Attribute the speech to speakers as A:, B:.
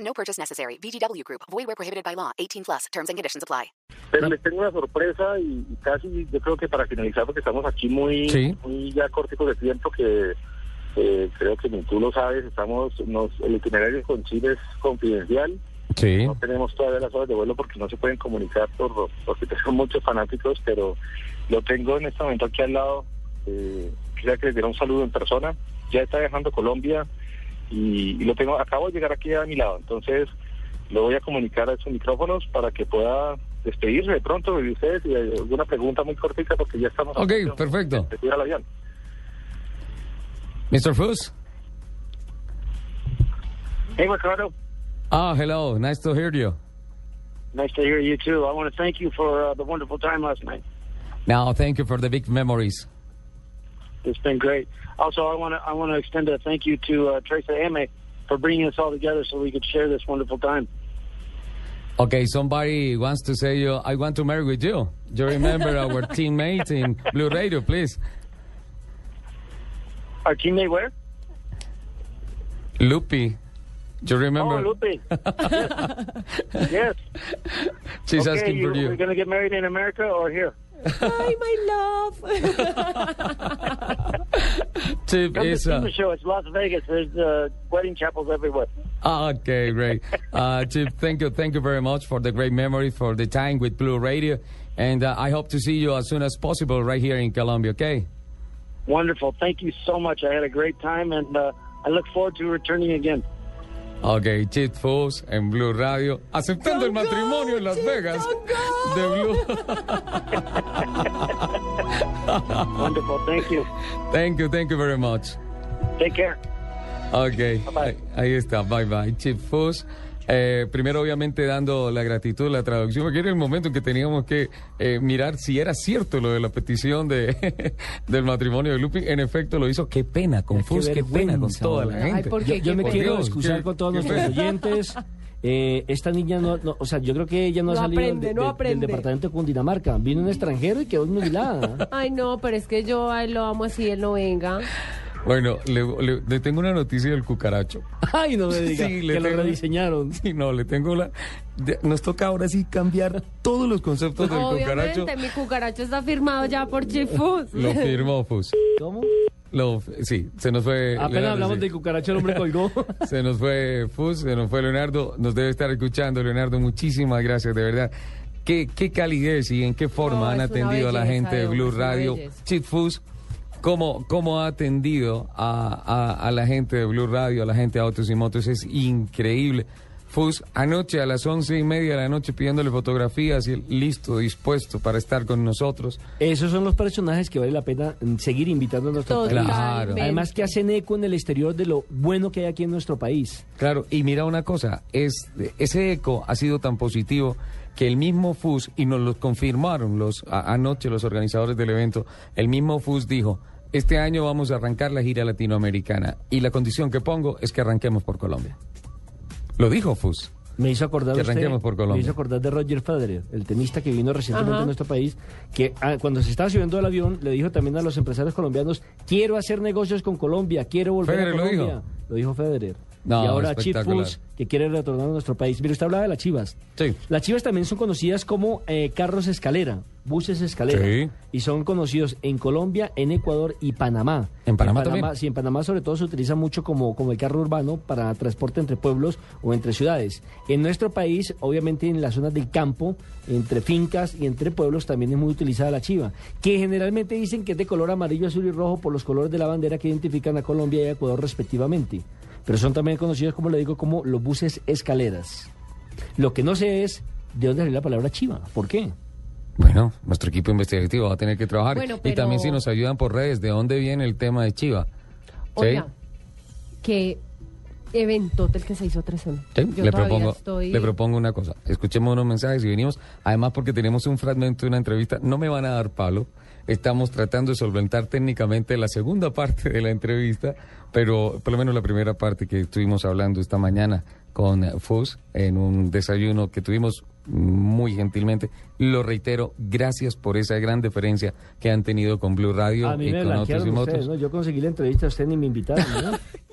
A: No purchase necessary. VGW Group. Void where prohibited by law. 18 plus. Terms and conditions apply.
B: Pero les tengo una sorpresa y y casi yo creo que para finalizar, porque estamos aquí muy,
C: Sí.
B: muy ya corticos de tiempo, que eh, creo que ni tú lo sabes, estamos, nos, el itinerario con Chile es confidencial,
C: Sí.
B: no tenemos todavía las horas de vuelo porque no se pueden comunicar por, porque son muchos fanáticos, pero lo tengo en este momento aquí al lado, eh, quisiera que les diera un saludo en persona, ya está dejando Colombia y, y lo tengo, acabo de llegar aquí a mi lado, entonces lo voy a comunicar a sus micrófonos para que pueda despedirse de pronto de ustedes y eh, alguna pregunta muy cortita porque ya estamos a
C: Ok,
B: punto de
C: perfecto.
B: despedir al avión.
C: Mr. Foos?
B: Hey, Ricardo.
C: Ah, hello. Nice to hear you.
B: Nice to hear you too. I want to thank you for uh, the wonderful time last night.
C: Now, thank you for the big memories.
B: It's been great. Also, I want to I want to extend a thank you to uh, Teresa Ame for bringing us all together so we could share this wonderful time.
C: Okay, somebody wants to say, uh, I want to marry with you. You remember our teammate in Blue Radio, please.
B: Our teammate where?
C: Lupi. You remember?
B: Oh, Lupe. yes. yes.
C: She's
B: okay,
C: asking
B: you,
C: for
B: We're
C: you.
B: going to get married in America or here?
D: Hi, my love.
C: Tip
B: Come
C: is.
B: to see
C: uh,
B: the show. It's Las Vegas. There's uh, wedding chapels everywhere.
C: Ah, Okay, great. Uh, Chip, thank you. Thank you very much for the great memory, for the time with Blue Radio. And uh, I hope to see you as soon as possible right here in Colombia, okay?
B: Wonderful. Thank you so much. I had a great time, and uh, I look forward to returning again.
C: Ok, Chip Foos en Blue Radio, aceptando el
D: Don't go,
C: matrimonio en Las
D: Chip,
C: Vegas
D: don't go.
C: de Blue.
B: Wonderful. Thank you.
C: Thank you, thank you very much.
B: Take care.
C: Ok,
B: Bye-bye.
C: ahí- ahí está, bye bye, Chip Foos. Eh, primero, obviamente, dando la gratitud, la traducción, porque era el momento en que teníamos que eh, mirar si era cierto lo de la petición de, del matrimonio de Lupi. En efecto, lo hizo. Qué pena con Foos, qué, pena con
E: vergüenza,
C: toda la
E: hombre.
C: gente.
D: Ay, ¿por
E: Yo,
D: qué?
E: yo me
C: Por
E: quiero
C: Dios,
E: excusar
C: qué-
E: con todos
C: qué
E: nuestros
C: feo.
E: oyentes. Eh, esta niña no, no- o sea, yo creo que ella no,
D: No
E: ha salido
D: aprende,
E: de-
D: no
E: de- del
D: aprende.
E: departamento de Cundinamarca. Vino un extranjero y quedó inmutilada.
D: Ay, no, pero es que yo a él lo amo así, él no venga.
C: Bueno, le, le- le tengo una noticia del cucaracho.
E: Ay, no me digas
C: Sí, le
E: que lo
C: tengo-
E: rediseñaron.
C: Sí, no, le tengo la. de- nos toca ahora sí cambiar todos los conceptos del
D: Obviamente,
C: cucaracho.
D: mi cucaracho está firmado ya por Chifus.
C: Lo firmó pues. Fus.
E: ¿Cómo?
C: Lo, sí, se nos fue.
E: Apenas
C: Leonardo,
E: hablamos
C: sí.
E: del cucaracho, el hombre colgó.
C: Se nos fue Fus, se nos fue Leonardo. Nos debe estar escuchando, Leonardo. Muchísimas gracias, de verdad. Qué, qué calidez y en qué forma
D: No,
C: han
D: es una
C: atendido a la
D: belleza
C: gente de
D: de
C: Blue
D: hombre, es una
C: Radio.
D: belleza.
C: Chip Fus, ¿cómo, cómo ha atendido a, a- a la gente de Blue Radio, a la gente de Autos y Motos? Es increíble. Fus, anoche a las once y media de la noche pidiéndole fotografías y él listo, dispuesto para estar con nosotros.
E: Esos son los personajes que vale la pena mm, seguir invitando a nuestro país.
C: Claro.
D: Totalmente.
E: Además que hacen eco en el exterior de lo bueno que hay aquí en nuestro país.
C: Claro, y mira una cosa, es, ese eco ha sido tan positivo que el mismo FUS, y nos lo confirmaron los, a- anoche los organizadores del evento, el mismo FUS dijo, este año vamos a arrancar la gira latinoamericana y la condición que pongo es que arranquemos por Colombia. Lo dijo FUS.
E: Me hizo acordar
C: Que
E: usted-
C: arranquemos por Colombia.
E: Me hizo acordar de Roger Federer, el tenista que vino recientemente
D: Ajá.
E: a nuestro país, que ah, cuando se estaba subiendo al avión le dijo también a los empresarios colombianos, quiero hacer negocios con Colombia, quiero volver
C: Federer
E: a
C: lo
E: Colombia.
C: dijo.
E: Federer.
C: No,
E: y ahora Chip
C: espectacular.
E: Foose, que quiere retornar a nuestro país. Mire, usted hablaba de las chivas.
C: Sí.
E: Las chivas también son conocidas como eh, carros escalera, buses escalera.
C: Sí.
E: Y son conocidos en Colombia, en Ecuador y Panamá.
C: ¿En Panamá también?
E: Sí, en Panamá sobre todo se utiliza mucho como, como el carro urbano para transporte entre pueblos o entre ciudades. En nuestro país, obviamente en las zonas del campo, entre fincas y entre pueblos también es muy utilizada la chiva, que generalmente dicen que es de color amarillo, azul y rojo por los colores de la bandera que identifican a Colombia y a Ecuador respectivamente. Pero son también conocidos, como le digo, como los buses escaleras. Lo que no sé es de dónde salió la palabra chiva. ¿Por qué?
C: Bueno, nuestro equipo investigativo va a tener que trabajar.
D: Bueno,
C: Y también si
D: pero-
C: nos ayudan por redes, ¿de dónde viene el tema de Chiva?
D: Oiga, que eventote el que se hizo 3M.
C: Sí,
D: Yo
C: le,
D: todavía
C: propongo,
D: estoy-
C: le propongo una cosa. Escuchemos unos mensajes y venimos. Además, porque tenemos un fragmento de una entrevista. No me van a dar palo. Estamos tratando de solventar técnicamente la segunda parte de la entrevista, pero por lo menos la primera parte que estuvimos hablando esta mañana con eh, Fus en un desayuno que tuvimos muy gentilmente. Lo reitero, gracias por esa gran deferencia que han tenido con Blue Radio
E: A mí
C: y
E: me
C: con otros y
E: blanquearon ustedes,
C: otros.
E: ¿no? Yo conseguí la entrevista a usted ni me invitaron, ¿no?